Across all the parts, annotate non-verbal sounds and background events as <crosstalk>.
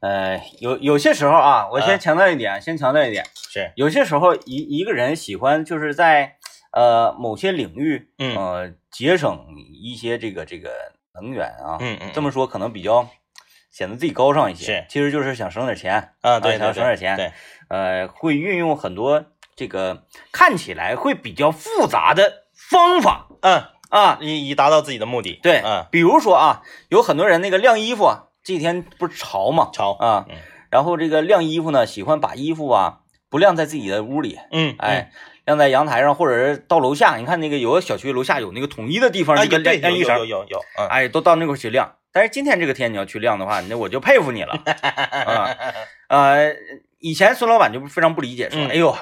呃，有有些时候啊，我嗯先强调一点，先强调一点，是，有些时候一一个人喜欢就是在呃某些领域，嗯呃，节省一些这个这个能源啊，嗯嗯，这么说可能比较显得自己高尚一些，是其实就是想省点钱，啊，对，想对省点钱，对，呃，会运用很多这个看起来会比较复杂的方法嗯，啊，以以达到自己的目的，对，嗯，比如说啊，有很多人那个晾衣服啊，这几天不是潮嘛，潮，啊，嗯然后这个晾衣服呢，喜欢把衣服啊不晾在自己的屋里，嗯，哎，晾在阳台上或者是到楼下，你看那个有的小区楼下有那个统一的地方，嗯，啊，那个有对晾晾衣有有绳，有有，嗯，哎，都到那块儿去晾。但是今天这个天你要去晾的话，那我就佩服你 <laughs> 了，啊，呃，以前孙老板就非常不理解，说，嗯哎呦，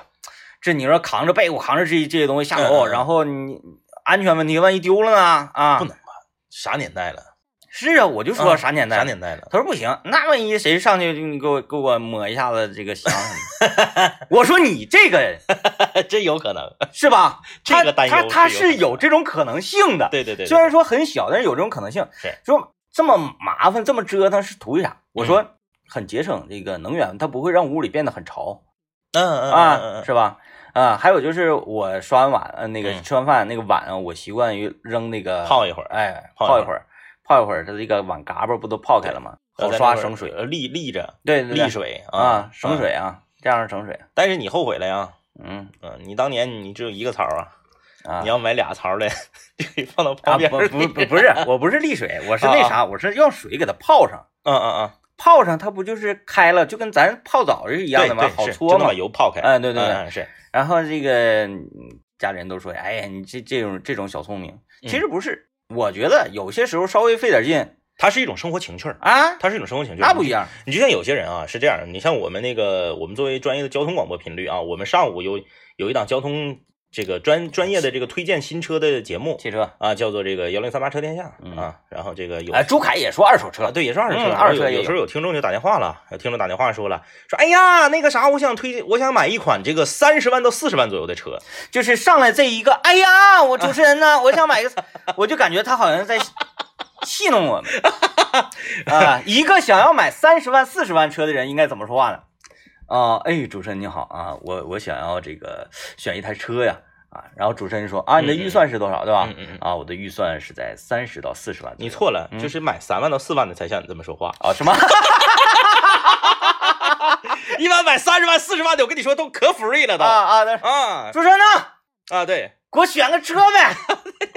这你说扛着被褥，扛着这这些东西下楼，嗯嗯嗯然后你安全问题，万一丢了呢？啊，不能吧？啥年代了？是啊，我就说啊啥年代，啥年代了？他说不行，那万一谁上去你给我给我抹一下子这个香什么的？我说你这个 <laughs> 真 <laughs> 有可能，是吧？这个担忧他他他是是有可能有这种可能性的，对对对，虽然说很小，但是有这种可能性。是说这么麻烦，这么折腾是图啥？我嗯说很节省这个能源，它不会让屋里变得很潮对嗯嗯嗯嗯啊，嗯，是吧？啊，还有就是我刷完碗，呃，那个嗯吃完饭那个碗啊，我习惯于扔那个泡一会儿，啊哎，泡一泡一会会儿，泡一会儿，它这个碗嘎巴不都泡开了吗？好在那刷会儿省水，，呃沥沥着，对对对沥。水啊，省。水啊，这样是省水。但是你后悔了呀？嗯嗯，你当年你只有一个槽啊，啊你，要买俩槽的，就可以放到啊旁不边。不不不是，我不是沥水，我是啊那啊啥，我是让水给它泡上，嗯嗯嗯，泡上它不就是开了，就跟咱泡澡是一一样的吗？好搓把嘛。油泡开。哎对对对嗯嗯是，然后这个嗯家里人都说，哎呀，你这这种这种小聪明，其实不是。我觉得有些时候稍微费点劲它是一种生活情趣儿，啊，它是一种生活情趣儿。那不一样。你就像有些人啊，是这样的，你像我们那个，我们作为专业的交通广播频率啊，我们上午有有一档交通这个专专业的这个推荐新车的节目汽车，啊，叫做这个幺零三八车天下嗯啊，然后这个有哎，朱凯也说二手车啊，，对，也是二手车，嗯二手车有也有时候有有听众就打电话了，有听众打电话说了，说哎呀，那个啥，我想推荐，我想买一款这个三十万到四十万左右的车，就是上来这一个，哎呀，我主持人呢，我想买个，我就感觉他好像在戏弄我们啊、一个想要买三十万、四十万车的人应该怎么说话呢？啊、哎，主持人你好啊，我我想要这个选一台车呀啊，然后主持人说啊，你的预算是多少，对吧？嗯嗯嗯啊，我的预算是在三十到四十万左右。你错了，就是买三万到四万的才像你这么说话，啊？什么？一般买三十万、四十万的，我跟你说都可 free <laughs> 了都啊啊，那啊主持人呢？啊，对给我选个车呗。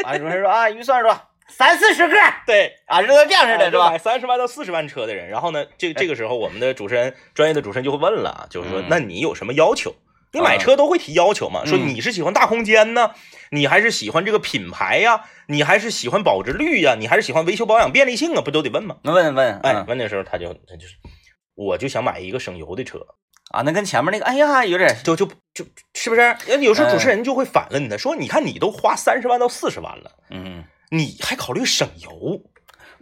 啊，主持人说啊，预算是多少？三四十个对。啊，这都这样似的，是就吧？买三十万到四十万车的人，然后呢，这这个时候我们的主持人，专业的主持人就会问了啊，就是说嗯，那你有什么要求？你啊买车都会提要求嘛？说嗯你是喜欢大空间呢，你还是喜欢这个品牌呀？你还是喜欢保值率呀？你还是喜欢维修保养便利性啊？不都得问吗？那问问，哎嗯，问的时候他就他就是，我就想买一个省油的车，啊，那跟前面那个，哎呀，有点就就就是不是？有时候主持哎人就会反问他，说你看你都花三十万到四十万了，嗯，你还考虑省油？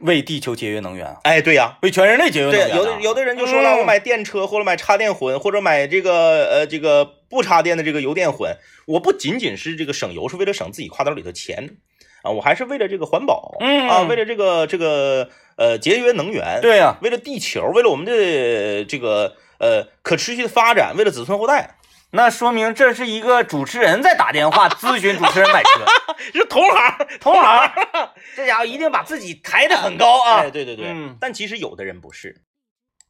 为地球节约能源，啊哎，对呀、为全人类节约能对，源啊。有的有的人就说了，嗯我买电车或者买插电混，或者买这个呃这个不插电的这个油电混，我不仅仅是这个省油，是为了省自己挎兜里的钱啊，我还是为了这个环保，嗯啊，为了这个这个呃节约能源，，对啊呀、为了地球，为了我们的呃这个呃可持续的发展，为了子孙后代，那说明这是一个主持人在打电话咨询主持人买车，是同行同行， <laughs> 这家伙一定把自己抬得很高啊哎，。对对对，嗯但其实有的人不是，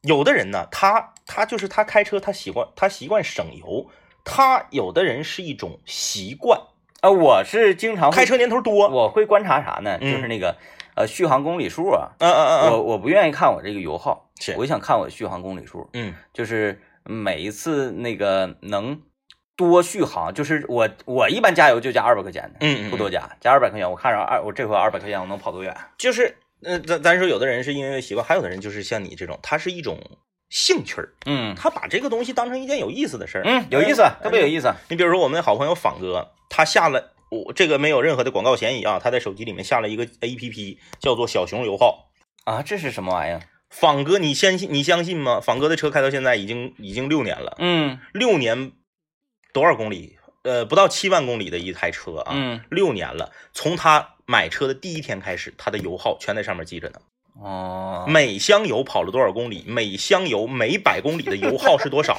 有的人呢，他他就是他开车，他习惯他习惯省油，他有的人是一种习惯，啊，我是经常会开，车年头多，我会观察啥呢？嗯就是那个呃续航公里数啊，嗯嗯嗯我我不愿意看我这个油耗是，我就想看我续航公里数，嗯就是每一次那个能多续航，就是我我一般加油就加二百块钱的，嗯嗯，不多加，加二百块钱，我看着二，我这回二百块钱我能跑多远？就是呃，咱咱说有的人是因为习惯，还有的人就是像你这种，他是一种兴趣儿，嗯他把这个东西当成一件有意思的事儿。嗯，有意思，特别有思。意思。你比如说我们的好朋友仿哥，他下了我这个没有任何的广告嫌疑啊，他在手机里面下了一个 A P P 叫做小熊油耗。啊，这是什么玩意儿？仿哥，你相信你相信吗？仿哥的车开到现在已经已经六年了，嗯六年多少公里？呃，不到七万公里的一台车啊，嗯，六年了，从他买车的第一天开始，他的油耗全在上面记着呢。哦，每箱油跑了多少公里，每箱油每百公里的油耗是 <laughs> 多少，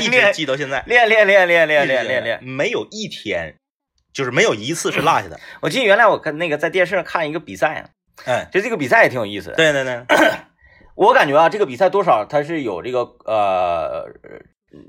一直哎练记到现在。练练练练练一直练练记到现在练。没有一天，就是没有一次是落下的。我记得原来我跟那个在电视上看一个比赛啊，哎，就这个比赛也挺有意思的。对对啊对，我感觉啊，这个比赛多少它是有这个呃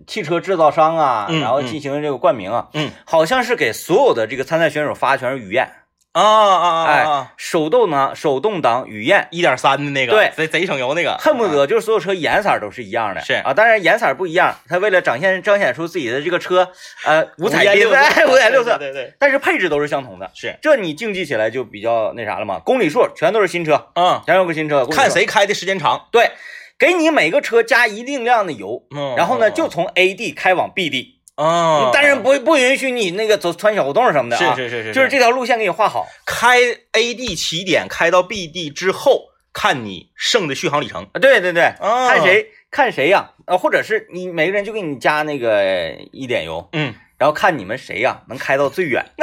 汽车制造商啊，嗯然后进行这个冠名啊，嗯好像是给所有的这个参赛选手发的全是雨燕，啊啊啊啊哎啊！，手动挡手动挡雨燕，一点三的那个，对贼贼省油那个，嗯恨不得就是所有车颜色都是一样的，啊是啊，当然颜色不一样，它为了展现彰显出自己的这个车 <laughs> 呃五彩缤六纷，哎 <laughs> 五彩六色，对对，但是配置都是相同的，是，这你竞技起来就比较那啥了嘛，公里数全都是新车，嗯，全有个新车，公里数看谁开的时间长，对，给你每个车加一定量的油，嗯然后呢嗯就从 A 地开往 B 地，嗯，但是不不允许你那个走穿小胡同什么的啊，是是是是，就是这条路线给你画好，开 A D 起点开到 B D 之后，看你剩的续航里程，啊对对对，啊看，谁看谁呀、呃，或者是你每个人就给你加那个一点油，嗯，然后看你们谁呀、能开到最远， <laughs>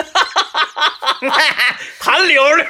弹溜溜，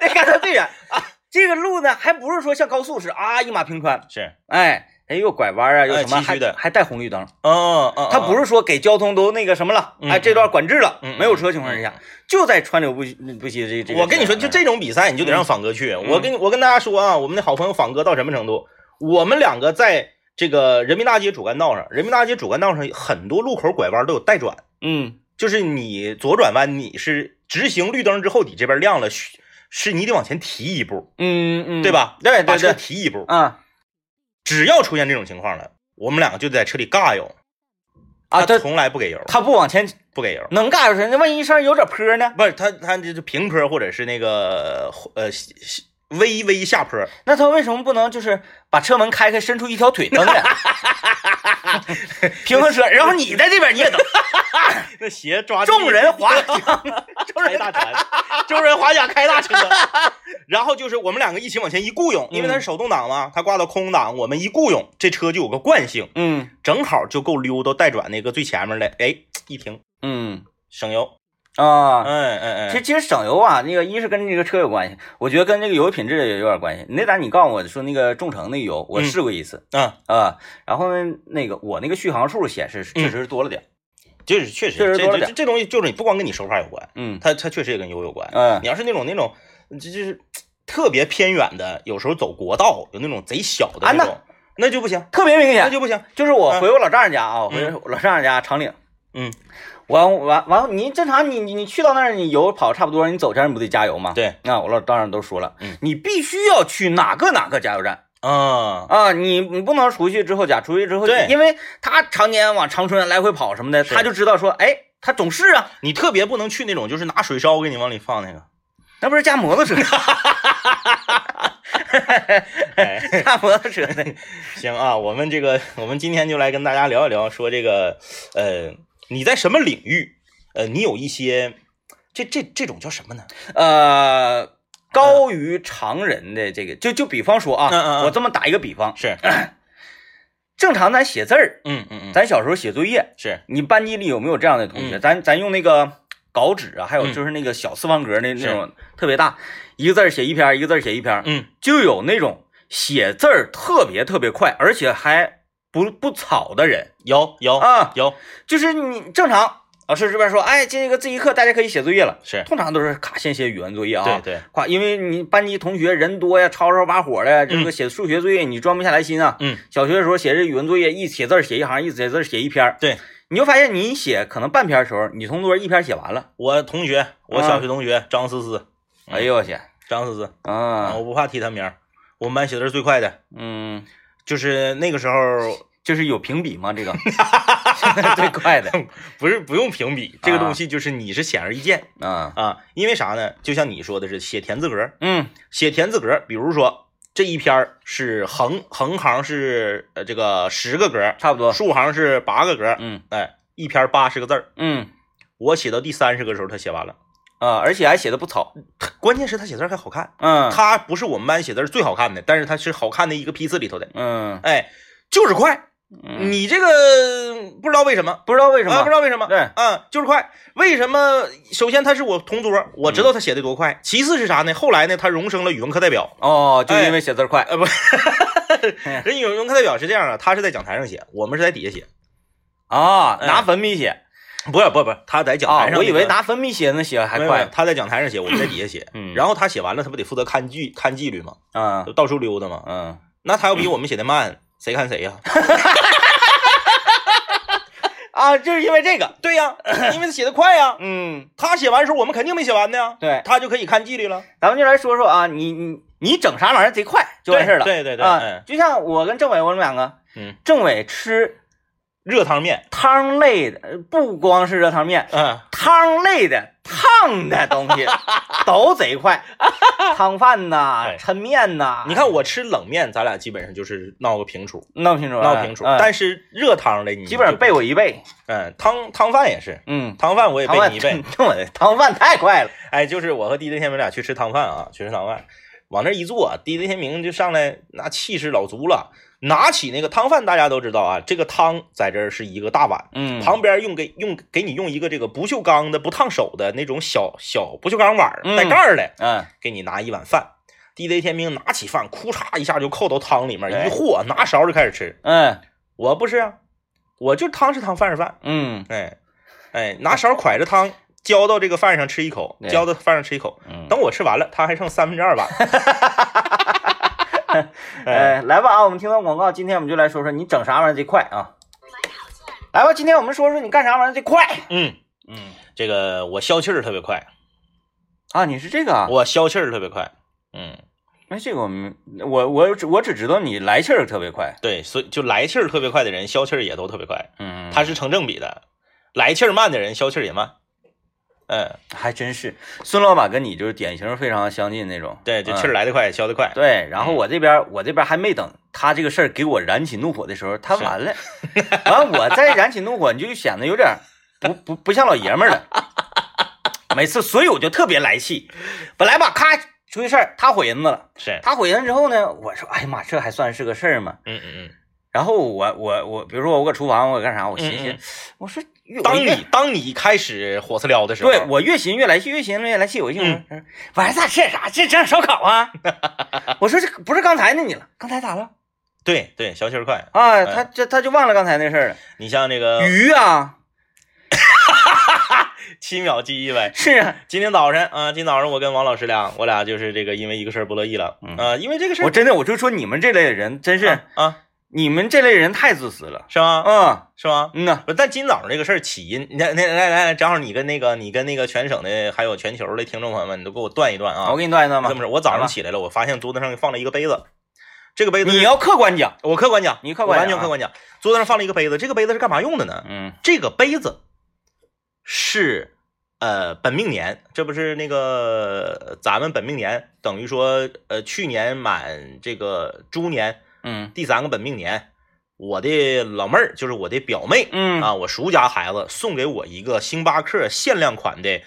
那开到最远啊，这个路呢还不是说像高速似的啊一马平川，是，哎。哎，又拐弯啊，又哎什么，崎岖还的还带红绿灯，嗯嗯，它不是，是说给交通都那个什么了，嗯哎，这段管制了，嗯没有车情况下，就在川流不息不息的这这个。我跟你说，就这嗯种比赛你就得让仿哥去。我跟我跟大家说啊，我们的好朋友仿哥到什么程度？我们两个在这个人民大街主干道上，人民大街主干道上很多路口拐弯都有带转，嗯，就是你左转弯，你是直行绿灯之后，你这边亮了，嘘是你得往前提一步，嗯嗯，对？吧？对对把车对，提一步。啊只要出现这种情况了，我们两个就在车里尬游。啊，他嗯他从来不给油，他不往前不给油，能干出去，那万一上有点坡呢？不是他他这就平坡或者是那个呃西西微微下坡，那他为什么不能就是把车门开开，伸出一条腿蹬 <laughs> 着，平衡车？然后你在这边你 <laughs> 也蹬， <laughs> 那鞋抓地众人划桨，众开人大 <laughs> 船，周人划桨开大车， <laughs> 然后就是我们两个一起往前一雇佣，因为它是手动挡嘛，它挂到空档，我们一雇佣，这车就有个惯性，嗯正好就够溜到带转那个最前面来，哎，一停嗯省油，啊。嗯嗯其实嗯，其实省油啊，那个一是跟这个车有关系，我觉得跟这个油品质也有点关系。那咱你告诉我说那个众诚那个油，我嗯试过一次啊，啊、然后呢，那个我那个续航数显示嗯确实是多了点，就是确实，确实这多了这点这东西就是你不光跟你手法有关，嗯它它确实也跟油有关。嗯你要是那种那种，这就是特别偏远的，有时候走国道，有那种贼小的啊那种，那就不行，特别明那显。就不行。就是我嗯回我老丈人家啊，我回嗯我老丈人家长岭，嗯，完完完，你正常你你你去到那儿，你油跑差不多，你走前儿你不得加油吗？，对，那我老丈人都说了，嗯你必须要去哪个哪个加油站啊，啊，你你不能出去之后加，出去之后对因为他常年往长春来回跑什么的，是他就知道说，哎，他总是啊，你特别不能去那种就是拿水烧给你往里放那个，那不是加摩托车， <laughs> 哎，加摩托车的，行啊，我们这个，我们今天就来跟大家聊一聊，说这个，呃，你在什么领域，呃，你有一些，这这这种叫什么呢？呃，高于常人的这个，就就比方说啊，嗯嗯嗯我这么打一个比方，是，正常咱写字儿，嗯嗯嗯，咱小时候写作业，是，你班级里有没有这样的同学？嗯咱咱用那个稿纸啊，还有嗯就是那个小四方格那、是那种特别大，一个字儿写一篇儿，一个字儿写一篇儿，嗯，就有那种写字儿特别特别快，而且还不不草的人有有啊，有，就是你正常老师这边说，哎，这个这一课大家可以写作业了，是，通常都是卡先写语文作业啊，对对，夸，因为你班级同学人多呀，吵吵把火的呀，这个写数学作业你装不下来心啊。嗯，小学的时候写这语文作业，一写字儿写一行，一写字儿写一篇儿。对，你就发现你写可能半篇儿的时候，你同桌一篇儿写完了。我同学，我小学同学、张思思，嗯哎呦我去，张思思，啊，啊，我不怕提他名儿，我们班写字儿最快的，嗯，就是那个时候就是有评比吗？这个 <laughs> 最快的不是不用评比，这个东西就是你是显而易见啊，啊，因为啥呢？就像你说的是写田字格，嗯写田字格，比如说这一篇儿是横横行是呃这个十个格，差不多，竖行是八个格，嗯哎，一篇八十个字儿。嗯我写到第三十个时候，他写完了。啊，而且还写的不草，他关键是他写字儿还好看，嗯他不是我们班写字儿最好看的，但是他是好看的一个批次里头的。嗯哎，就是快，嗯你这个不知道为什么。不知道为什啊，么不知，道为什么，对啊，就是快。为什么？首先他是我同桌，我嗯知道他写的多快。其次是啥呢？后来呢，他荣升了语文课代表。哦，就因为写字儿快，呃，不， <laughs> 人语文课代表是这样啊的，他是在讲台上写，我们是在底下写。啊，哎拿粉笔写不是，不是，不是，他在讲啊台，上那个、我以为拿粉笔写那写还没有没有快，他在讲台上写，我们在底下写。嗯，然后他写完了，他不得负责看纪看纪律吗？嗯到处溜达吗？嗯，那他要比我们写的慢，谁看谁呀、 <coughs> 啊，就是因为这个，对呀、因为他写的快呀、嗯，他写完的时候，我们肯定没写完的呀。对，他就可以看纪律了，咱们就来说说啊，你你你整啥玩意儿贼快就完事儿了，对对对，啊嗯，，就像我跟政委我们两个，嗯，政委吃热汤面，汤类的，呃不光是热汤面，嗯，汤类的烫的东 <laughs> 西都贼快，汤饭呐哎，抻面呐，你看我吃冷面，咱俩基本上就是闹个平处，闹平楚，闹平处。嗯但是热汤的你基本上就背，我一倍，嗯，汤汤饭也是，嗯，汤饭我也汤背饭你一背。， <laughs> 我的汤饭太快了，哎，就是我和地雷天明俩去吃汤饭啊，去吃汤饭，往那一坐，地雷天明就上来，那气势老足了，拿起那个汤饭，大家都知道啊，这个汤在这儿是一个大碗，嗯，旁边用给用给你用一个这个不锈钢的不烫手的那种小小不锈钢碗儿嗯带盖儿的，嗯，给你拿一碗饭。DJ 天明拿起饭，哭嚓一下就扣到汤里面，哎一和拿勺就开始吃。嗯我不是啊，我就汤是汤，饭是饭。嗯哎哎，拿啊勺蒯着汤浇到这个饭上吃一口，对浇到饭上吃一口。嗯，等我吃完了，他还剩三分之 <laughs> 二碗。哎，哎，来吧啊，我们听完广告，今天我们就来说说你整啥玩意儿贼快啊。来吧，今天我们说说你干啥玩意儿最快。嗯，嗯，这个我消气儿特别快，啊，你是这个啊？我消气儿特别快。嗯，哎，这个我们我我只我只知道你来气儿特别快。对，所以就来气儿特别快的人，消气儿也都特别快，嗯它他是成正比的。来气儿慢的人，消气儿也慢。嗯，还真是孙老板跟你就是典型非常相近那种。对，这气儿嗯嗯来得快，消得快。对，然后我这边我这边还没等他这个事儿给我燃起怒火的时候，他是 <laughs> 完了，完我再燃起怒火，你就显得有点不不不像老爷们儿了。每次，所以我就特别来气。本来吧，咔出一事儿，他毁人子了。是，他毁人之后呢，我说，哎呀妈，这还算是个事儿吗？嗯嗯然后我我我，比如说我搁厨房，我干啥？我寻嗯寻嗯，我说，嗯，我当越你当你开始火刺撩的时候，对我越寻越来气，越寻越来气，我一听嗯，嗯晚上咱吃点啥？这整点烧烤 <laughs> 啊？我说这不是刚才那你了，刚才咋了？对对，消气儿快。啊，嗯他这他就忘了刚才那事儿了。你像这个鱼啊，七秒记忆呗。是啊，今天早晨啊，今天早上我跟王老师俩，我俩就是这个因为一个事儿不乐意了嗯啊，因为这个事儿我真的我就说你们这类人真是，啊啊，你们这类人太自私了。是吗？嗯是吗？嗯呐，不，但今早上这个事儿起因，那那来来来，正好你跟那个你跟那个全省的还有全球的听众朋友们，你都给我断一断啊我。给你断一断吧这。么说，我早来吧上起来了，我发现桌子上放了一个杯子，这个杯子你是要客观讲，我客观讲，你客观我完讲全啊客观讲，桌子上放了一个杯子，这个杯子是干嘛用的呢？嗯这个杯子是呃本命年，这不是那个呃咱们本命年，等于说呃去年满这个猪年嗯第三个本命年，我的老妹儿就是我的表妹、嗯啊，我叔家孩子送给我一个星巴克限量款的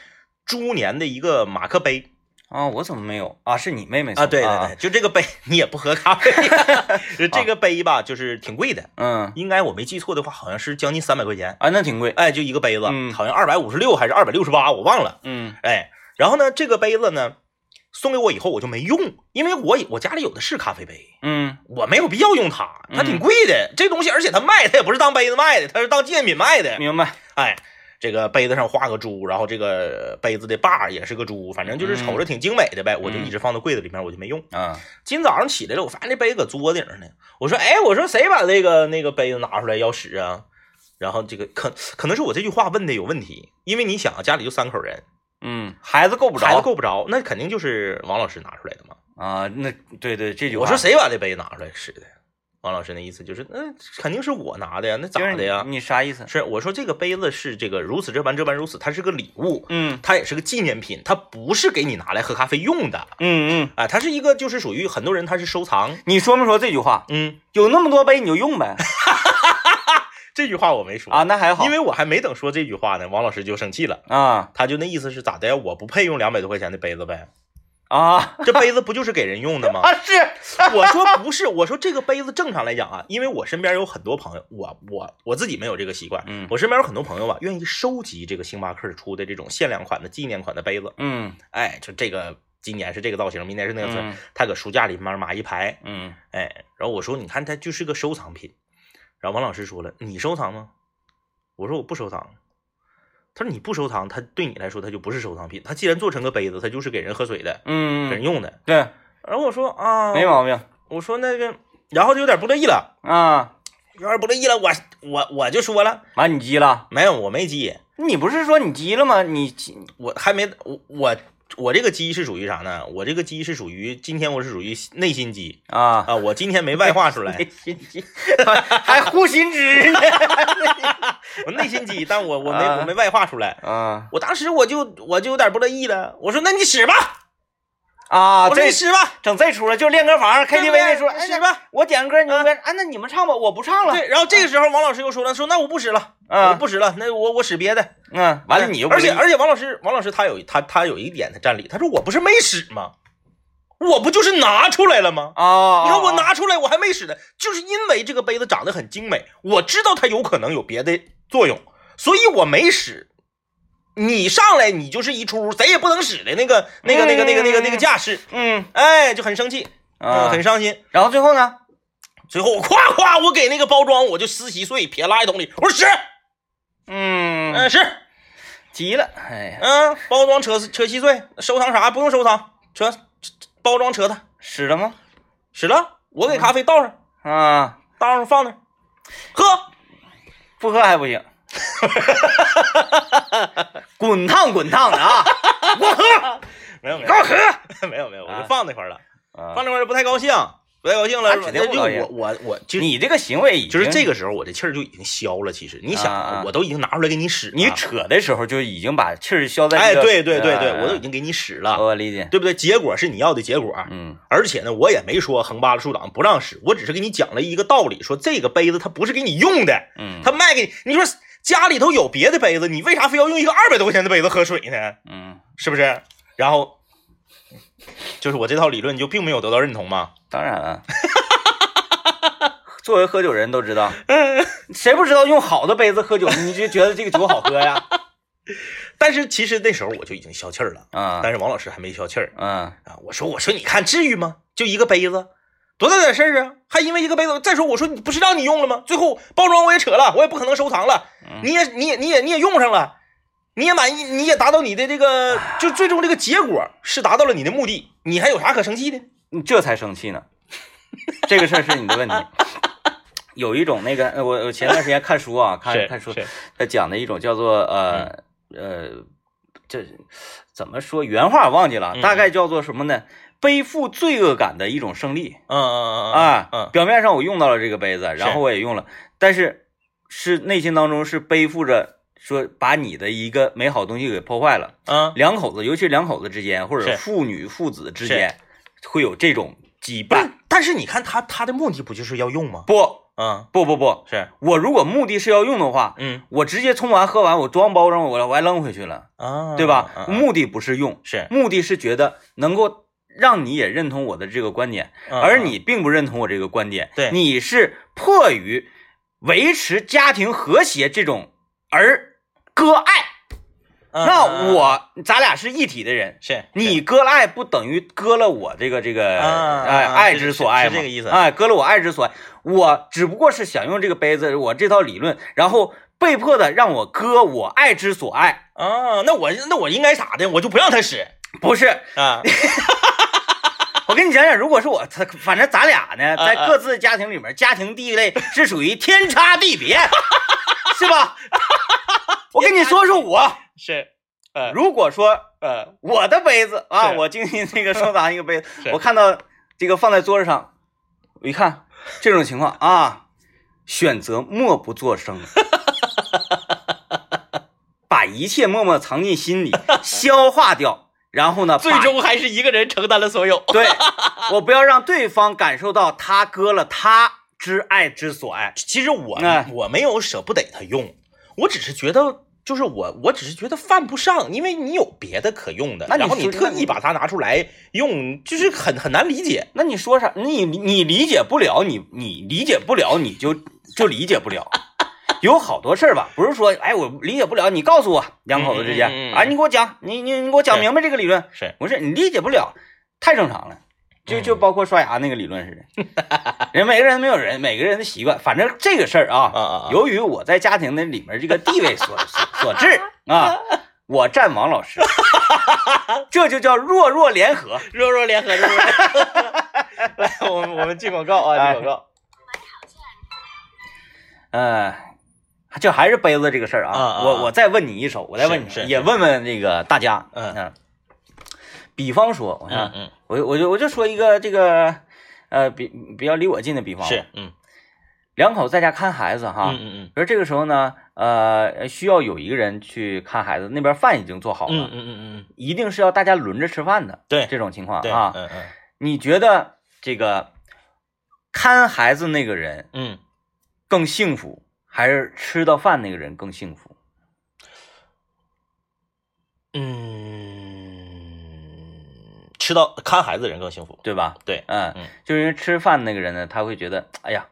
猪年的一个马克杯啊，我怎么没有啊？是你妹妹啊，对送对对，，就这个杯你也不喝咖 <laughs> 啡，这个杯吧就是挺贵的，嗯应该我没记错的话，好像是将近三百块钱。啊，那挺贵。哎，就一个杯子，嗯好像二百五十六还是二百六十八，我忘了。嗯哎，然后呢，这个杯子呢，送给我以后我就没用，因为我我家里有的是咖啡杯，嗯我没有必要用它，它挺贵的。这东西，而且它卖，它也不是当杯子卖的，它是当纪念品卖的。明白。哎，这个杯子上画个猪，然后这个杯子的把儿也是个猪，反正就是瞅嗯着挺精美的呗。我就一直放到柜子里面，我就没用。啊今早上起来了，我发现这杯子搁桌顶上呢。我说，哎，我说谁把那个那个杯子拿出来要使啊？然后这个可可能是我这句话问的有问题，因为你想啊，家里就三口人，嗯，孩子够不着。孩子够不着，那肯定就是王老师拿出来的嘛。啊，那对对，这句话我说谁把这杯子拿出来使的？王老师那意思就是，那、肯定是我拿的呀，那咋就是的呀？你你嗯啥意思？是我说这个杯子是这个如此这般这般如此，它是个礼物，嗯它也是个纪念品，它不是给你拿来喝咖啡用的，嗯嗯，啊，它是一个就是属于很多人他是收藏，你说没说这句话？嗯，有那么多杯你就用 <laughs> 呗。这句话我没说啊，那还好。因为我还没等说这句话呢，王老师就生气了，啊，他就那意思是咋的呀？我不配用两百多块钱的杯子呗？ <laughs> 啊这杯子不就是给人用的吗？啊是，我说不是，我说这个杯子正常来讲啊，因为我身边有很多朋友，我我我自己没有这个习惯，嗯 <laughs> 我身边有很多朋友啊，愿意收集这个星巴克出的这种限量款的纪念款的杯子，嗯哎，就这个今年是这个造型，明年是那个造型，嗯他搁书架里面码一排，嗯，哎，然后我说你看它就是个收藏品，然后王老师说了，你收藏吗？我说我不收藏。啊他说你不收藏，它对你来说它就不是收藏品，它既然做成个杯子，它就是给人喝水的，给人嗯，用的。对，然后我说啊，没毛病我说那个，然后就有点不乐意了，啊，有点不乐意了，我我我就说了，完你急了，没有，我没急，你不是说你急了吗？你急我还没我我我这个鸡是属于啥呢？我这个鸡是属于今天我是属于内心鸡啊， <laughs> 啊，我今天没外化出来， <laughs> 还护心知 <laughs> 呢，我内心鸡，但我我没啊我没外化出来。啊我当时我就我就有点不乐意了，我说那你使吧，啊，我说这你使吧整这出了，就练歌房 KTV 那出，哎，使那吧。我点个歌，你们啊，那你们唱吧，我不唱了，对，然后这个时候王老师又说了，说那我不使了，啊我不使了，那我我使别的。嗯，完了你又不而且乐意而且王老师王老师他有一他他有一点他占理，他说我不是没使吗？我不就是拿出来了吗？啊，你看我啊拿出来我还没使呢，就是因为这个杯子长得很精美，我知道它有可能有别的作用，所以我没使。你上来你就是一出谁也不能使的那个那个那个那个那个那个架势，嗯哎，就很生气，嗯，啊很，伤心。然后最后呢，最后我夸夸我给那个包装我就撕稀碎撇垃圾桶里，我说使，嗯，嗯是，急了，哎呀，嗯，包装扯扯稀碎，收藏啥不用收藏，扯包装扯它，使了吗？使了，我给咖啡倒上，啊，倒上放那儿，喝，不喝还不行， <laughs> 滚烫滚烫的啊，没有没有给我喝。 <laughs> 没有没有，我啊就放那块儿了，放啊那块儿不太高兴，不太高兴了，啊是吧指定不高兴就我我我就你这个行为已经啊就是这个，个时候我这气儿就已经消了。其实你想，啊啊我都已经拿出来给你使了，你扯的时候就已经把气儿消在、哎，这哦个。对对对对，啊我都已经给你使了，我理解。对不对？结果是你要的结果，嗯而且呢，我也没说横扒拉竖挡不让使，我只是给你讲了一个道理，说这个杯子它不是给你用的，嗯他卖给你，你说家里头有别的杯子，你为啥非要用一个二百多块钱的杯子喝水呢？嗯，是不是？然后就是我这套理论就并没有得到认同嘛。当然 <laughs> 了。作为喝酒人都知道，谁不知道用好的杯子喝酒，你就觉得这个酒好喝 <laughs> 呀？但是其实那时候我就已经消气儿了，啊但是王老师还没消气儿嗯啊。我说我说你看至于吗？就一个杯子，多大点事儿啊？还因为一个杯子？再说我说你不是让你用了吗？最后包装我也扯了，我也不可能收藏了，嗯你也你也你也你也用上了。你也满意，你也达到你的这个，就最终这个结果是达到了你的目的，你还有啥可生气的？你这才生气呢。这个事儿是你的问题。 <laughs> 有一种那个，呃我我前段时间看书啊，看是看书是，嗯他讲的一种叫做呃、呃，这怎么说原话忘记了，嗯大概叫做什么呢？背负罪恶感的一种胜利嗯嗯嗯嗯啊。嗯表面上我用到了这个杯子，然后我也用了，但是是内心当中是背负着说把你的一个美好东西给破坏了。嗯，两口子，尤其是两口子之间，或者是父女父子之间，会有这种羁绊。但是你看他他的目的不就是要用吗？不嗯，不不不，是，我如果目的是要用的话，嗯我直接冲完喝完，我装包上，我我还扔回去了，啊，对吧？嗯嗯目的不是用，是，目的是觉得能够让你也认同我的这个观点，嗯而嗯你并不认同我这个观点，对你是迫于维持家庭和谐这种而割爱。嗯那嗯我咱俩是一体的人，是你割了爱不等于割了我这个这个啊哎啊爱是之所爱是嘛是这个意思哎，割了我爱之所爱，我只不过是想用这个杯子，我这套理论，然后被迫的让我割我爱之所爱，啊，那我那我应该咋的？我就不让他使不 <laughs> 是。 <laughs> 啊，我跟你讲讲，如果是我，他反正咱俩呢，啊在各自的家庭里面，家庭地位是属于天差地 <laughs> 别，是吧？我跟你说说 <laughs> 我，是，呃如果说呃，我的杯子啊，是我经历那个收藏一个杯子 <laughs> 是，我看到这个放在桌子上，我一看这种情况啊，选择默不作声，把一切默默藏进心 <laughs> 里，消化掉，然后呢，把最终还是一个人承担了所有。对我不要让对方感受到他割了他之爱之所爱。其实我哎我没有舍不得他用，我只是觉得就是我，我只是觉得犯不上，因为你有别的可用的，那你然后你说特意把它拿出来用，就是很很难理解。那你说啥？你你理解不了，你你理解不了，你就就理解不了。 <laughs> 有好多事儿吧，不是说哎我理解不了，你告诉我两口子之间、嗯嗯嗯嗯啊，你给我讲，你你你给我讲对明白这个理论。是，不是你理解不了，太正常了。就就嗯包括刷牙那个理论似的， <laughs> 人每个人没有人每个人的习惯，反正这个事儿啊啊啊啊，由于我在家庭的里面这个地位所所所 <laughs> 致啊，我站王老师，这就叫弱弱联合。弱弱联合，弱弱联合。 <laughs> 来，我们我们进广告啊，哎进广告。呃，就还是杯子这个事儿啊，啊啊啊我我再问你一首，我再问你，是是也问问这个大家，啊嗯比方说，我想，嗯我我就我就说一个这个，呃，比比较离我近的比嗯，方，是，嗯两口在家看孩子哈，嗯嗯而这个时候呢，呃，需要有一个人去看孩子，那边饭已经做好嗯嗯了，嗯嗯嗯，一定是要大家轮着吃饭的，对这种情况对啊，嗯嗯你觉得这个看孩子那个人嗯，更幸福，还是吃到饭那个人更幸福？嗯，吃到看孩子的人更幸福。对吧？对嗯，嗯就是因为吃饭那个人呢，他会觉得，哎呀，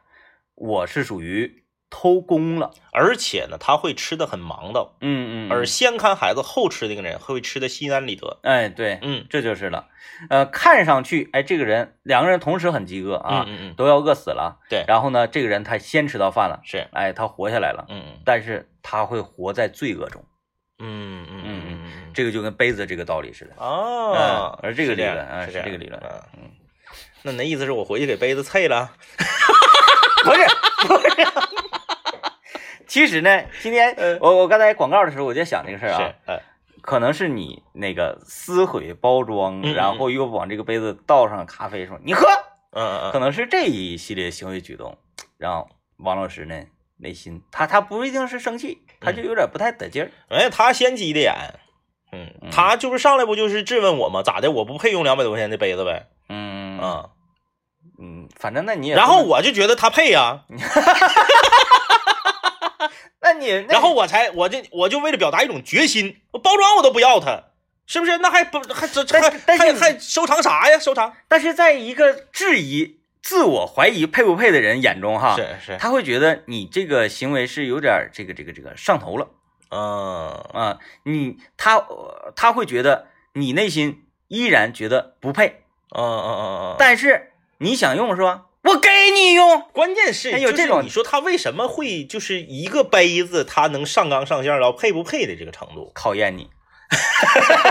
我是属于偷工了，而且呢，他会吃的很忙的，嗯嗯，嗯而先看孩子后吃那个人会吃的心安理得。哎对，嗯这就是了，呃，看上去，哎，这个人两个人同时很饥饿啊，嗯嗯嗯，都要饿死了，对然后呢，这个人他先吃到饭了，是，哎，他活下来了，嗯嗯但是他会活在罪恶中，嗯嗯嗯嗯这个就跟杯子这个道理 <laughs> 似的，哦嗯，而这个理是样论啊是是这样个理论嗯嗯。那你的意思是我回去给杯子啐了？不是不是。 <laughs> 其实呢，今天嗯我我刚才广告的时候我就想这个事儿啊，是，嗯可能是你那个撕毁包装，嗯嗯然后又往这个杯子倒上咖啡，说你喝，嗯可嗯能是这一系列行为举动，然后王老师呢内心他他不一定是生气，他就有点不太得劲儿。嗯，哎，他先急的眼，嗯，他就是上来不就是质问我吗？咋的？我不配用两百多块钱的杯子呗？嗯啊。嗯，反正那你也不然后能我就觉得他配啊呀、那你那然后我才我就我就为了表达一种决心，我包装我都不要他，是不是？那还不还这这但是还但是还你还收藏啥呀？收藏但是在一个质疑、自我怀疑配不配的人眼中哈，是是，啊他会觉得你这个行为是有点儿这个这个这个上头了。嗯啊、你他呃他会觉得你内心依然觉得不配，嗯嗯嗯嗯。但是你想用是吧？我给你用，关键是哎有就是这种你说他为什么会就是一个杯子，他能上纲上线到配不配的这个程度？考验你，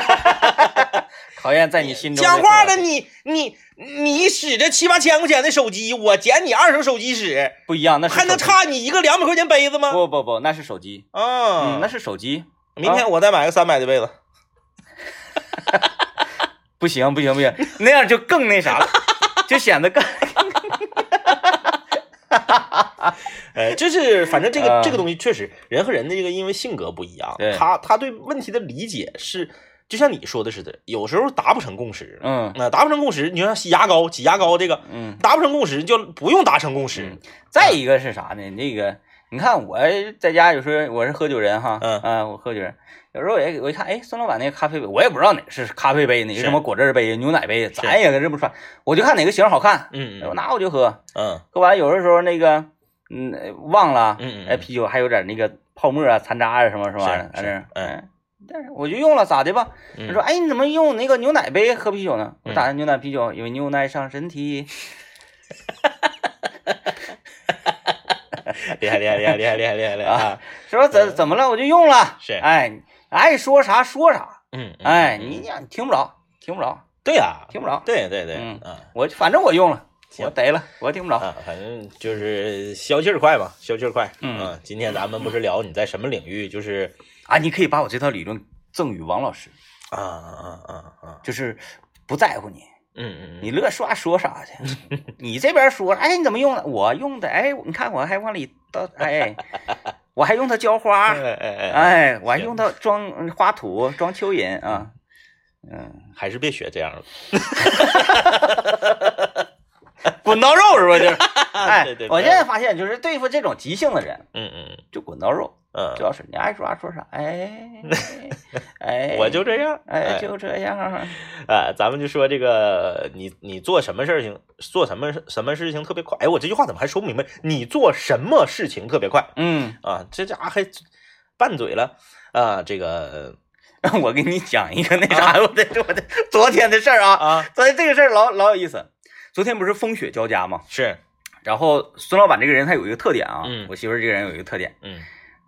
<laughs> 考验在你心中讲话了，的你你你使这七八千块钱的手机，我捡你二手手机使，不一样，那是还能手机？差你一个两百块钱杯子吗？不不不，那是手机，啊嗯，，那是手机，明天我再买个三百的杯子。不行不行 <laughs> 不行，那样就更那啥了， <laughs> 就显得更呃，就是反正这个、啊这个东西确实，人和人的这个因为性格不一样对，他他对问题的理解是，就像你说的似的，有时候达不成共识。嗯那、达不成共识，你就像洗牙膏、挤牙膏这个，嗯。达不成共识就不用达成共识嗯。再一个是啥呢？那个你看我在家有时候我是喝酒人哈，嗯啊我喝酒人，有时候我也我一看，哎，孙老板那个咖啡杯，我也不知道哪个是咖啡杯，哪个是什么果汁杯、牛奶杯，咱也认不出来，我就看哪个型好看，嗯我嗯拿我就喝，嗯喝完有的时候那个嗯忘了，嗯嗯哎，啤酒还有点那个泡沫啊、残渣啊什么什么玩意儿，是反正是嗯哎但是我就用了咋的吧？嗯他说：“哎，你怎么用那个牛奶杯喝啤酒呢？”我嗯打算牛奶啤酒，因为牛奶伤身体。厉害厉害厉害厉害厉害厉害厉害啊！说怎怎么了？我就用了。是哎，你爱说啥说啥。嗯，嗯哎，嗯你呀，听不着，听不着，对呀、听不着对对对，嗯啊我反正我用了，行我逮了，我听不着。啊，反正就是消气儿快嘛，消气儿快。嗯啊，今天咱们不是聊你在什么领域，就是啊，你可以把我这套理论赠予王老师，啊啊啊啊啊，就是不在乎你，嗯嗯嗯，你乐刷说啥去？你这边说，哎，你怎么用了？我用的，哎，你看我还往里倒，哎，我还用它浇花，哎哎哎，哎，我还行用它装嗯花土，装蚯蚓啊。嗯，还是别学这样了。滚刀 <laughs> 肉是吧？就是，哎 <laughs> 对对，对我现在发现，就是对付这种急性的人，嗯嗯就滚刀肉。嗯嗯，主要是你爱说啥说啥，哎哎，我就这样，哎就这样，呃，咱们就说这个，你你做什么事情，做什么事什么事情特别快？哎，我这句话怎么还说不明白？你做什么事情特别快嗯， <laughs> 啊？这家伙还拌嘴了啊？这个我给你讲一个那啥，我的我的昨天的事儿啊，啊昨天这个事儿老老有意思。昨天不是风雪交加嘛，是，然后孙老板这个人他有一个特点啊，嗯我媳妇儿这个人有一个特点，嗯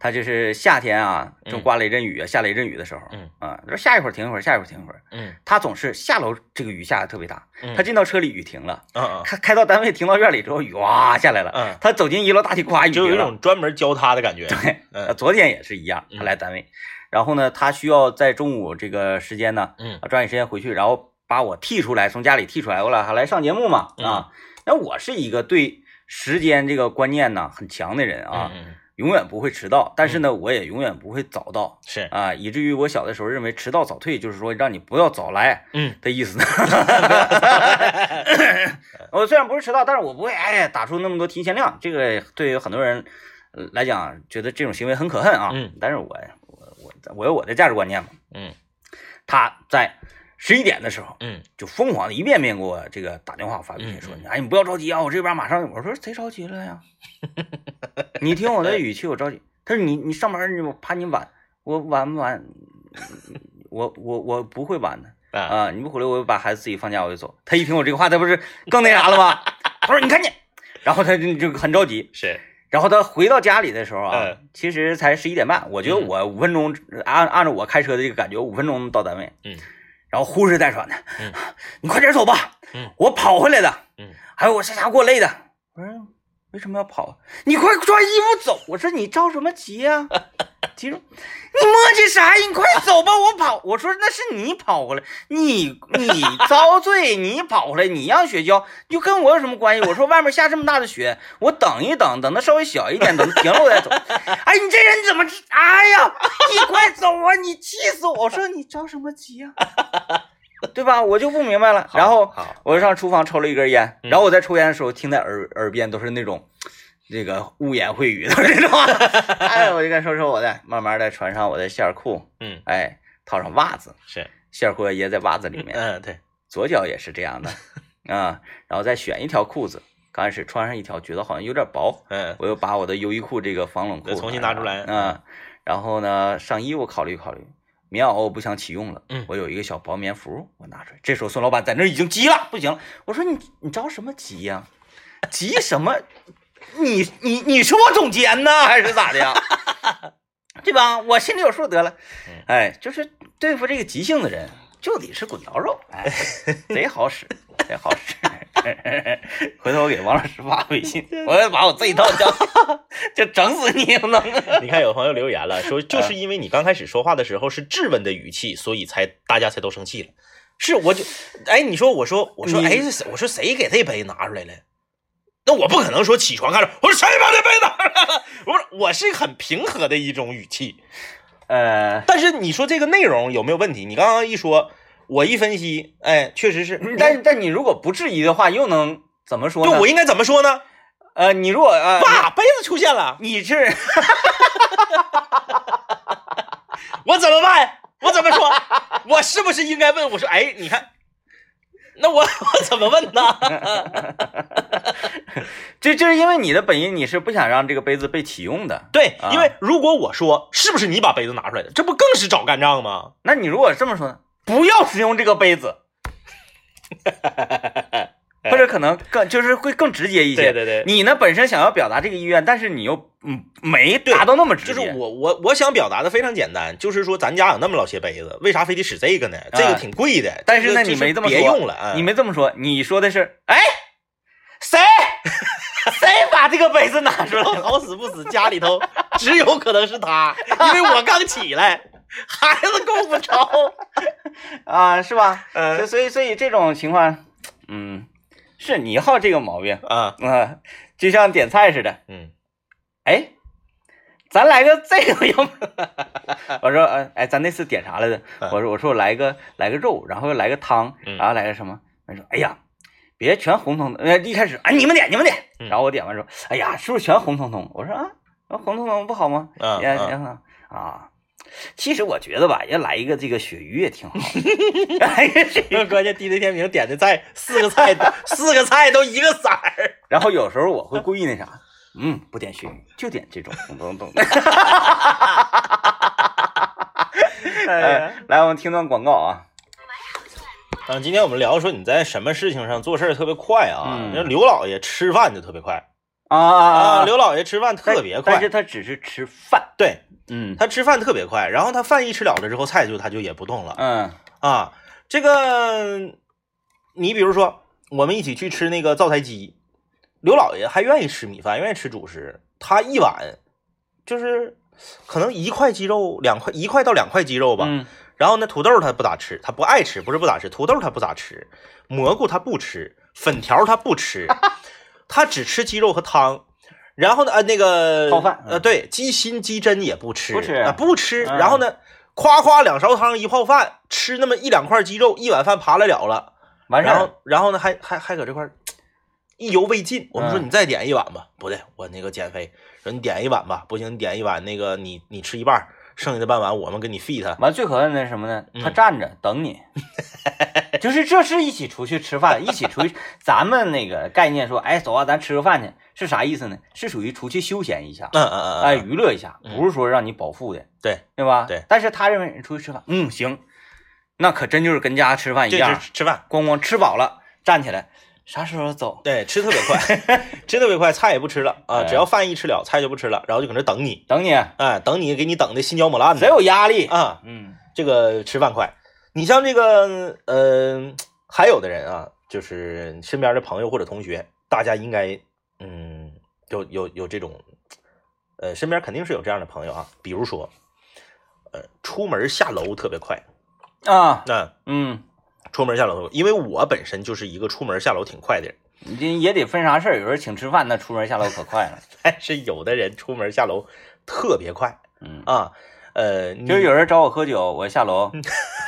他就是夏天啊，嗯正刮雷阵雨啊，下雷阵雨的时候，嗯啊，说下一会儿停一会儿，下一会儿停一会儿，嗯他总是下楼这个雨下的特别大，嗯他进到车里雨停了，嗯嗯开开到单位停到院里之后雨哇下来了，嗯，他走进一楼大厅，咵雨就有停一了。种专门教他的感觉。对，呃嗯昨天也是一样，他来单位，然后呢，他需要在中午这个时间呢，嗯啊抓紧时间回去，然后把我剔出来，从家里剔出来，我俩还来上节目嘛，嗯啊，那我是一个对时间这个观念呢很强的人啊，嗯嗯嗯永远不会迟到，但是呢，我也永远不会早到是，啊，以至于我小的时候认为迟到早退就是说让你不要早来嗯的意思。 <laughs> 我虽然不是迟到，但是我不会哎打出那么多提前量，这个对于很多人呃来讲，觉得这种行为很可恨啊。嗯，但是我我我我有我的价值观念嘛。嗯他在十一点的时候嗯就疯狂的一遍遍给我这个打电话发微信嗯说：“哎，你不要着急啊，我这边马上。”我说：“谁着急了呀？ <laughs> 你听我的语气，我着急。”他说：“你你上班你我怕你晚，我晚不晚？ <laughs> 我我我不会晚的。”啊，啊、你不回来，我把孩子自己放假我就走。他一听我这个话，他不是更那啥了吗？ <laughs> 他说你看你，然后他就就很着急。是，然后他回到家里的时候啊，嗯其实才十一点半，我觉得我五分钟、按按照我开车的这个感觉，五分钟到单位，嗯然后呼哧带喘的，嗯 <laughs> 你快点走吧，嗯我跑回来的，嗯还有我这家给我累的，我说哎为什么要跑啊？你快穿衣服走！我说你着什么急呀、急什么？你磨叽啥呀？你快走吧，我跑。我说那是你跑回来，你你遭罪，你跑回来，你让雪橇，就跟我有什么关系？我说外面下这么大的雪，我等一等，等它稍微小一点，等停了我再走。哎，你这人怎么？哎呀，你快走啊！你气死我！我说你着什么急呀、对吧？我就不明白了。然后好，我就上厨房抽了一根烟，嗯然后我在抽烟的时候，听在耳耳边都是那种，那个污言秽语，都是这种。 <laughs> 哎，我就该收拾我的，慢慢的穿上我的线儿裤，嗯哎，套上袜子，是，线儿裤掖在袜子里面，嗯对， <laughs> 左脚也是这样 <laughs> 的，啊、然后再选一条裤子，刚开始穿上一条，觉得好像有点薄，嗯我又把我的优衣库这个防冷裤再重新拿出来嗯，然后呢，上衣我考虑考虑，棉袄我不想起用了，嗯我有一个小薄棉服，我拿出来。这时候孙老板在那儿已经急了，不行了，我说你你着什么急呀、急什么？你你你是我总监呢，还是咋的呀？ <laughs> 对吧？我心里有数得了嗯。哎，就是对付这个急性的人，就得吃滚刀肉，哎，贼好使，贼好使。 <laughs> 回头我给王老师发微信，我要把我这一套教，就整死你，我能。你看有朋友留言了，说嗯就是因为你刚开始说话的时候是质问的语气，所以才大家才都生气了。是我就，哎，你说我说我说你哎，这谁我说谁给这杯拿出来了？那我不可能说起床看着，我说谁把这杯拿出来了？ <laughs> 我说我是很平和的一种语气，呃，但是你说这个内容有没有问题？你刚刚一说，我一分析，哎，确实是。但但你如果不质疑的话，又能怎么说就呢？我应该怎么说呢？呃，你如果呃，爸，杯子出现了，你是我怎么办？我怎么说？ <laughs> 我是不是应该问？我说，哎，你看，那我我怎么问呢？这就是因为你的本意，你是不想让这个杯子被启用的。对啊，因为如果我说是不是你把杯子拿出来的，这不更是找干仗吗？那你如果这么说呢？不要使用这个杯 <laughs> 子，或者可能更就是会更直接一些。对对对你呢本身想要表达这个意愿，但是你又嗯没对达到那么直接。就是我我我想表达的非常简单，就是说咱家有那么老些杯子，为啥非得使这个呢？这个挺贵的，但是呢，这个你没这么说，别用了啊，你 <laughs> 没这么说，你说的是，哎，谁谁把这个杯子拿出来了？好死不死，家里 <laughs> 头只有可能是他，因为我刚起来， <laughs> 孩子够不着。 <laughs> 啊，是吧？所嗯以所以所以这种情况，嗯，是你好这个毛病啊，啊、就像点菜似的，嗯哎，咱来个这个要不？ <laughs> 我说，呃哎，咱那次点啥来着？嗯我说，我说我来个来个肉，然后来个汤，嗯然后来个什么？他说，哎呀，别全红彤彤。呃，一开始，哎，你们点，你们点。嗯然后我点完之后，哎呀，是不是全红彤彤？我说啊，啊红彤彤不好吗？啊也啊也好啊。其实我觉得吧，也来一个这个鳕鱼也挺好的， <laughs> 来一个鳕鱼。关键 DJ 天明点的菜，四个 <laughs> 菜，四个菜都一个色儿。然后有时候我会故意那啥， <laughs> 嗯，不点鳕鱼，就点这种 <laughs> 咚咚咚。 <laughs> 哎，来，我们听段广告啊。啊，今天我们聊说你在什么事情上做事儿特别快啊？嗯那、刘老爷吃饭就特别快啊啊刘老爷吃饭但特别但快是，他只是吃饭。对嗯他吃饭特别快，然后他饭一吃了了之后，菜就他就也不动了嗯啊。这个，你比如说我们一起去吃那个灶台鸡，刘老爷还愿意吃米饭，愿意吃主食，他一碗就是可能一块鸡肉，两块一块到两块鸡肉吧，嗯然后呢，土豆他不咋吃，他不爱吃，不是不咋吃，土豆他不咋吃，蘑菇他不吃，粉条他 <laughs> 不吃，他只吃鸡肉和汤。然后呢，呃，那个泡饭嗯呃，对，鸡心、鸡胗也不吃，不吃啊不吃。嗯然后呢，夸夸两勺汤一泡饭，吃那么一两块鸡肉，一碗饭扒拉了了。完事然儿。后，然后呢，还还还搁这块儿意犹未尽。我们说嗯你再点一碗吧，不对，我那个减肥，说你点一碗吧，不行，你点一碗那个你你吃一半儿，剩下的半碗我们给你 feed 它。完最可恨的是什么呢？嗯他站着等 <laughs> 你，就是这是一起出去吃饭，一起出去。 <laughs> 咱们那个概念说，哎，走啊，咱吃个饭去，是啥意思呢？是属于出去休闲一下，嗯嗯嗯嗯，哎，娱乐一下，嗯不是说让你饱腹的，对，对吧？对。但是他认为人出去吃饭，嗯，行，那可真就是跟家吃饭一这样，是吃饭，咣咣吃饱了站起来，啥时候走？对，吃特别快， <laughs> 吃特别快，菜也不吃了啊，哎只要饭一吃了，菜就不吃了，然后就搁那等你，等你，哎，等你给你等的心焦磨烂贼的有压力。啊，嗯这个吃饭快。你像这个，嗯、还有的人啊，就是身边的朋友或者同学，大家应该，嗯，有有有这种，呃，身边肯定是有这样的朋友啊，比如说，呃，出门下楼特别快，啊，那、嗯，出门下楼特别快，因为我本身就是一个出门下楼挺快的人。你这也得分啥事儿。有人请吃饭，那出门下楼可快了。但是有的人出门下楼特别快 <laughs> 嗯，啊，呃，你就是有人找我喝酒，我下楼，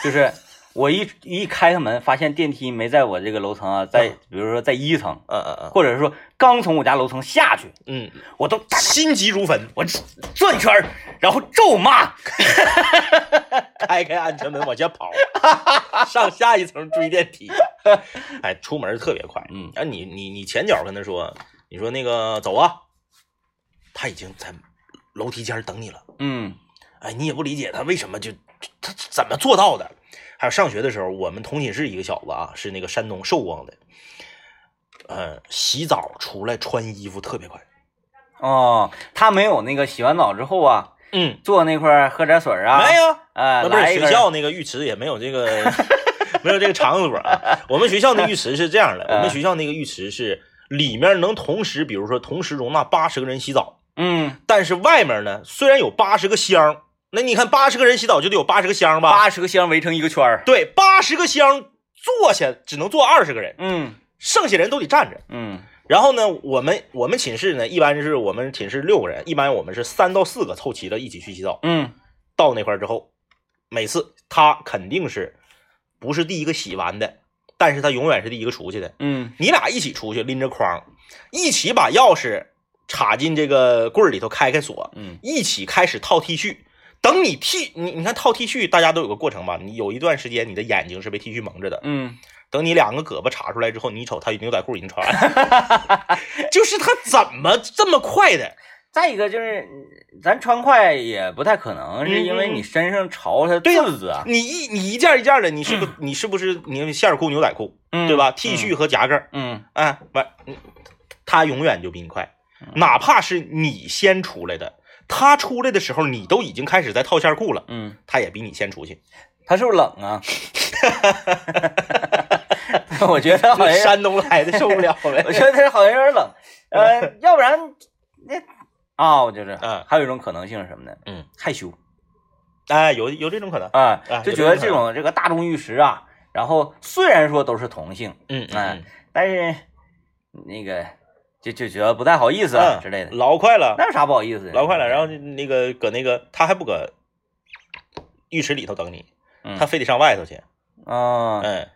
就是我一一开开门，发现电梯没在我这个楼层啊，在嗯比如说在一层，嗯嗯或者说刚从我家楼层下去，嗯我都嗯，心急如焚，我转圈儿，然后咒骂。开开安全门往前跑，上下一层追电梯，哎，出门特别快，嗯啊，你你你前脚跟他说，你说那个走啊，他已经在楼梯间等你了，嗯哎，你也不理解他为什么就他怎么做到的。还有上学的时候，我们同寝室一个小子啊，是那个山东寿光的，呃，洗澡出来穿衣服特别快，哦，他没有那个洗完澡之后啊，嗯，坐那块儿喝点水儿啊，没有，啊，那不是来一学根儿校那个浴池也没有这个 <laughs> 没有这个场所啊。我们学校那浴池是这样的，我们学校那个浴池是里面能同时，比如说同时容纳八十个人洗澡，嗯，但是外面呢虽然有八十个箱，那你看八十个人洗澡就得有八十个箱吧？八十个箱围成一个圈儿。对，八十个箱坐下只能坐二十个人，嗯剩下人都得站着。嗯然后呢，我们我们寝室呢，一般是我们寝室六个人，一般我们是三到四个凑齐了一起去洗澡。嗯到那块儿之后，每次他肯定是不是第一个洗完的，但是他永远是第一个出去的。嗯你俩一起出去拎着筐，一起把钥匙插进这个柜儿里头开开锁，嗯一起开始套 T 恤。等你 T 你你看套 T 恤，大家都有个过程吧？你有一段时间你的眼睛是被 T 恤蒙着的。嗯，等你两个胳膊插出来之后，你一瞅他牛仔裤已经穿完了， <laughs> 就是他怎么这么快的？再一个就是，咱穿快也不太可能，是因为嗯嗯你身上潮它渍子啊，你一你一件一件的，你是不、你是不是你线裤、牛仔裤，嗯对吧？T 恤，和夹克，嗯哎，完，嗯他永远就比你快，哪怕是你先出来的，他出来的时候你都已经开始在套线裤了，嗯，他也比你先出去。它是不是冷啊？ <laughs> 我觉得 <laughs> 好像，哎山东来的受不了 <laughs> 我了，觉得它好像有点冷，呃，要不然那啊，我就是，嗯还有一种可能性是什么呢？嗯，害羞 <laughs> 哎，有有这种可能，啊啊，就有觉得这这种种这个大众浴池啊，然后虽然说都是同性，嗯哎，但是那个就就觉得不太好意思啊嗯之类的，老快了，那有啥不好意思的？老快了，然后那个搁那个他还不搁浴池里头等你，嗯他非得上外头去，嗯啊，嗯，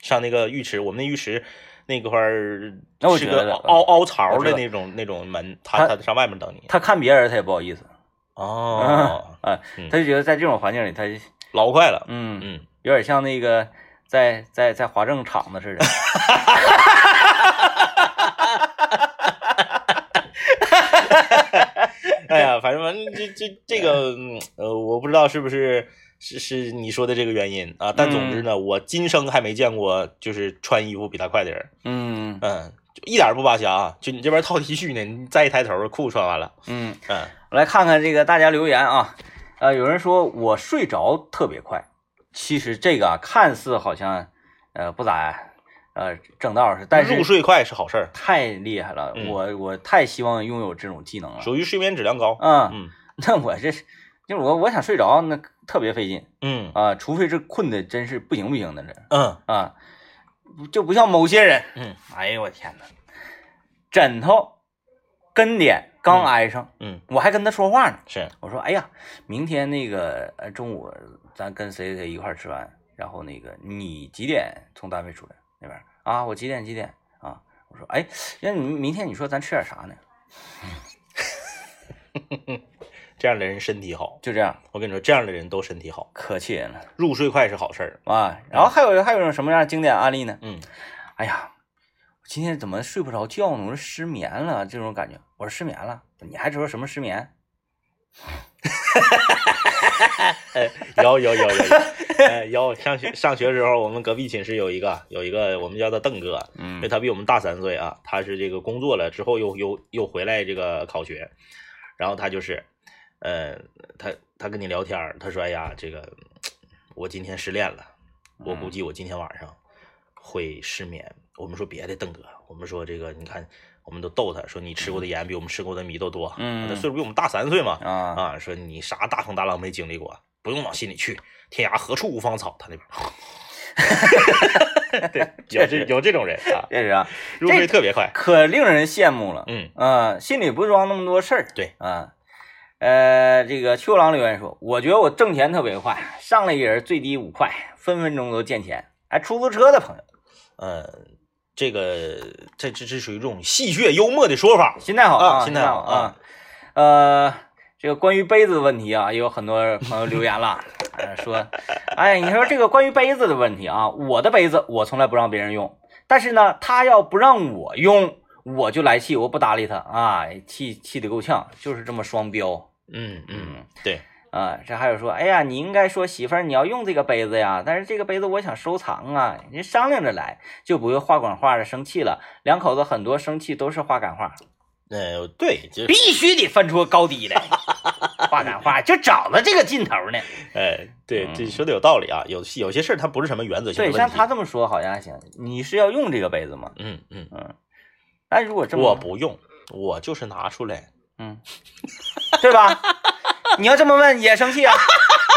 上那个浴池，我们那浴池那块儿那我是觉个得嗯凹凹槽我的知道那种那种门，他他他上外面等你。他看别人他也不好意思，哦，啊，嗯他就觉得在这种环境里，他老 <laughs> 快了，嗯，嗯，有点像那个在在在华政厂子 <laughs> 似的，哎呀，反正反正这这这个，嗯呃，我不知道是不是是是你说的这个原因啊，但总之呢，嗯我今生还没见过就是穿衣服比他快的人，嗯嗯，就一点儿不扒瞎啊，就你这边套 T 恤呢，你再一抬头，裤穿完了，嗯，嗯，我来看看这个大家留言啊，呃，有人说我睡着特别快，其实这个啊看似好像呃不咋呃正道是，但是入睡快是好事儿，太厉害了，嗯我我太希望拥有这种技能了，属于睡眠质量高，嗯，嗯 <laughs> 那我这是。就是我我想睡着，那特别费劲嗯啊、除非是困的真是不行不行的了。嗯啊，就不像某些人，嗯，哎呦我天哪，枕头跟脸刚挨上，嗯，我还跟他说话呢，是，我说哎呀，明天那个呃中午咱跟谁谁一块儿吃饭，然后那个你几点从单位出来那边儿啊？我几点几点啊？我说哎，那你明天你说咱吃点啥呢？这样的人身体好，就这样，我跟你说，这样的人都身体好，可气人了入睡快是好事儿，啊！然后还有还有一种什么样的经典案例呢？嗯哎呀，我今天怎么睡不着觉呢？我说失眠了，这种感觉。我说失眠了，你还知道什么失眠？有 <laughs> 有有有有，哎，有上学上学的时候，我们隔壁寝室有一个有一个，我们叫他邓哥，因嗯为他比我们大三岁啊，他是这个工作了之后又又又回来这个考学，然后他就是，呃，他他跟你聊天儿，他说，哎呀，这个我今天失恋了，我嗯估计我今天晚上会失眠。我们说别的，邓哥，我们说这个，你看，我们都逗他说你吃过的盐比我们吃过的米都多，嗯他岁数比我们大三岁嘛，啊，啊，说你啥大风大浪没经历过，不用往心里去。天涯何处无芳草，他那边儿。 <laughs> 对，有这有这种人啊，这是啊，入睡特别快。可令人羡慕了。嗯啊，心里不装那么多事儿。对啊，呃，这个秋郎留言说，我觉得我挣钱特别快，上来一个人最低五块，分分钟都见钱。哎，出租车的朋友，嗯，这个这这这属于一种戏谑幽默的说法。心态好啊心态好心态好啊。呃，这个关于杯子的问题啊，也有很多朋友留言了，呃说，哎，你说这个关于杯子的问题啊，我的杯子我从来不让别人用，但是呢，他要不让我用，我就来气，我不搭理他啊，气气得够呛，就是这么双标。嗯嗯，对，啊，这还有说，哎呀，你应该说媳妇儿，你要用这个杯子呀，但是这个杯子我想收藏啊，人商量着来，就不会话赶话的生气了。两口子很多生气都是话赶话，呃，对，就必须得分出高低来，话赶话就找到这个劲头呢。哎，对，这嗯说的有道理啊。有有些事儿它不是什么原则性的对，问题。像他这么说好像还行。你是要用这个杯子吗？嗯嗯，但如果这么，我不用，我就是拿出来。嗯，对吧？你要这么问也生气啊。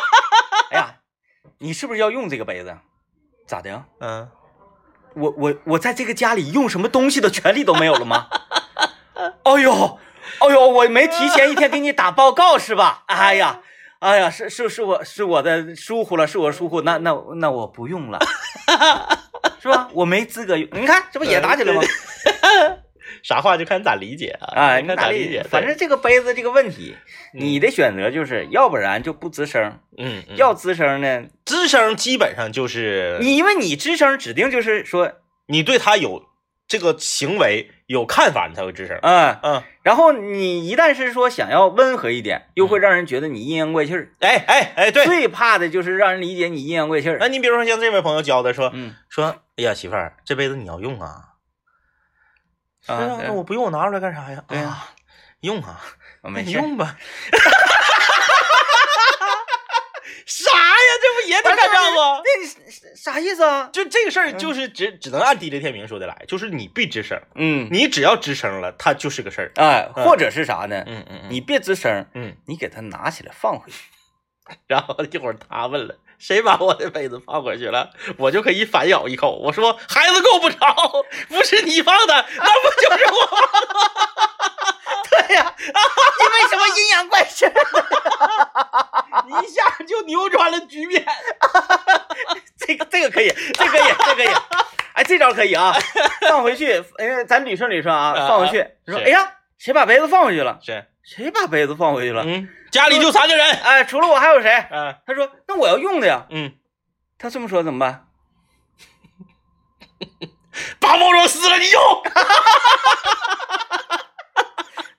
<laughs> 哎呀，你是不是要用这个杯子？咋的呀？嗯，我我我在这个家里用什么东西的权利都没有了吗？ <laughs> 哎呦，哎呦，我没提前一天给你打报告是吧？哎呀，哎呀，是是是我是我的疏忽了，是我疏忽，那那那我不用了，是吧？我没资格用，你看这不也打起来吗？啥话就看你咋理解啊。哎，你你看咋咋理解。反对正这个杯子这个问题，你的选择就是要不然就不吱声，嗯，嗯要吱声呢，吱声基本上就是你因为你吱声指定就是说，你对他有这个行为有看法，你才会吱声。嗯。嗯，然后你一旦是说想要温和一点，又会让人觉得你阴阳怪气儿。哎哎哎，对，最怕的就是让人理解你阴阳怪气儿那。你比如说像这位朋友教的说嗯说，哎呀媳妇儿，这杯子你要用啊？啊哎呀对那我不用，我拿出来干啥呀？对呀啊，用啊，我那没你事儿。用吧。 <laughs> 啥呀？这不也不得是干仗吗？那你啥啥意思啊？就这个事儿，就是只只能按地雷天明说的来，就是你必吱声，嗯，你只要吱声了，它就是个事儿。哎，嗯或者是啥呢？嗯嗯你你别吱声，嗯，你给它拿起来放回去。然后一会儿他问了，谁把我的杯子放回去了，我就可以反咬一口。我说孩子够不着，不是你放的，那不就是我？对呀， <laughs> 你为什么阴阳怪气儿？ <laughs> 你一下就扭转了局面。 <laughs> 这个这个可以，这个可以，这个可以。哎，这招可以啊，放回去，哎，咱捋顺捋顺啊，啊放回去。是说，哎呀，谁把杯子放回去了？ <laughs> 是，谁把杯子放回去了？ <laughs> 嗯，家里就三个人，哎，除了我还有谁？ <laughs> 啊，他说，那我要用的呀。嗯，他这么说怎么办？把包装撕了你用，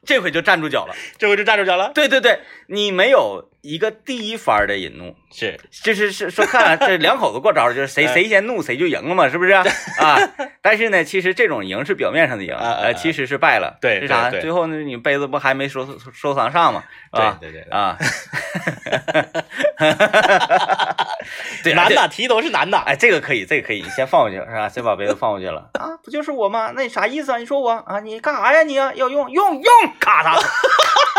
这回就站住脚了。 <laughs> 这回就站住脚了。对对对，你没有一个第一番的引怒，是，这是是说看来这两口子过招儿，就是谁哎谁先怒谁就赢了嘛，是不是啊？但是呢，其实这种赢是表面上的赢，啊啊呃，啊其实是败了。对是啥？对对最后呢，你杯子不还没收收藏上吗？啊对对对， <laughs> 啊， <laughs> 对男。而且的提头是男的，哎，这个可以，这个可以，你先放回去是吧？先把杯子放回去了啊，不就是我吗？那你啥意思啊？你说我啊，你干啥呀你啊？要用用用，咔嚓，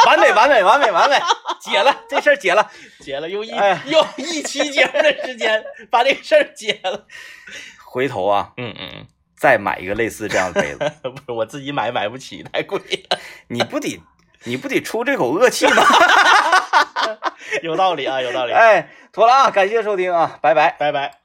完美完美完美完美，解了这事儿解了，结了又一哎又一期节目的时间把这个事儿结了。回头啊嗯嗯再买一个类似这样的杯子，嗯， <laughs> 不是我自己买买不起，太贵了。你不得你不得出这口恶气吗？ <laughs> 有道理啊，有道理。 <laughs> 哎，妥了啊，感谢收听啊，拜拜。拜拜。